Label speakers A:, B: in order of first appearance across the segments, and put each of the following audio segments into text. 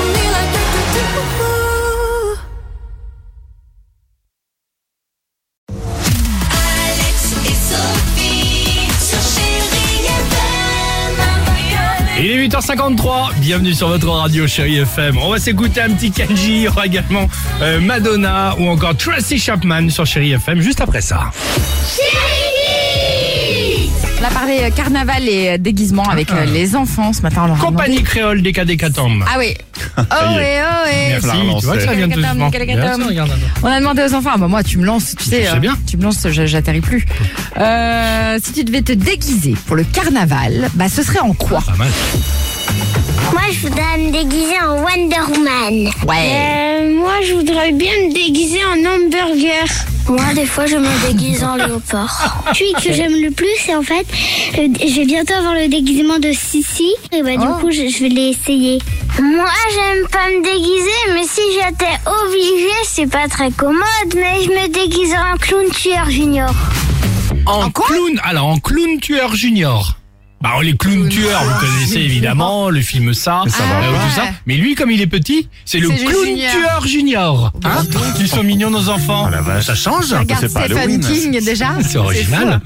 A: on me like do, do, do. Alex et Sophie sur Chérie FM.
B: Il est 8h53, bienvenue sur votre radio chérie FM. On va s'écouter un petit Kenji, il y aura également euh, Madonna ou encore Tracy Chapman sur chérie FM juste après ça.
C: On a parlé euh, carnaval et euh, déguisement avec euh, les enfants ce matin. On leur a
B: Compagnie
C: demandé-
B: créole des Cadécatombe.
C: Ah oui. Oh ouais, oh ouais.
B: Merci, tu vois que ça vient tout
C: Cadécatombe,
B: doucement.
C: Cadécatombe.
B: Bien sûr, regarde, attends.
C: On a demandé aux enfants. Ah bah moi, tu me lances, tu sais.
B: sais
C: euh,
B: bien.
C: Tu me lances, je- j'atterris plus. Euh, si tu devais te déguiser pour le carnaval, bah ce serait en quoi
B: Pas mal.
D: Moi, je voudrais me déguiser en Wonder Woman.
C: Eh. Ouais.
D: Euh, moi, je voudrais bien me déguiser en hamburger. Moi, des fois, je me déguise en léopard. Celui que j'aime le plus, c'est en fait, euh, je vais bientôt avoir le déguisement de Sissi. Et bah, du coup, je, je vais l'essayer. Moi, j'aime pas me déguiser, mais si j'étais obligée, c'est pas très commode, mais je me déguiserais en clown tueur junior.
B: En, clown, alors en clown tueur junior. Bah les clowns tueurs, vous connaissez évidemment le film ça,
C: va.
B: euh, tout ça.
C: Ouais.
B: Mais lui comme il est petit, c'est le
C: C'est juste
B: clown
C: junior. Bah,
B: tueur junior. Hein Ils sont mignons nos enfants.
E: Ah ben, Ça change
C: Regarde Stephen King déjà. hein.
B: C'est original.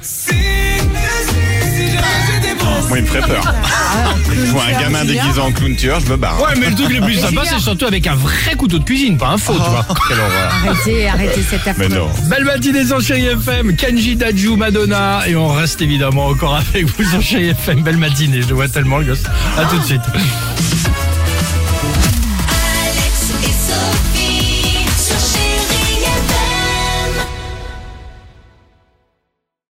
E: Moi, il me ferait peur.
C: Ah,
E: Je vois un gamin déguisé en clown tueur, je me barre.
B: Ouais, mais le truc le plus sympa,
C: Junior.
B: c'est surtout avec un vrai couteau de cuisine, pas un faux, tu vois.
E: Quelle horreur.
C: Arrêtez, arrêtez cette affaire.
E: Mais non.
B: Belle matinée sur Chéri FM, Kenji Daju, Madonna, et on reste évidemment encore avec vous sur Chéri FM. Belle matinée, je le vois tellement le gosse. À tout de suite.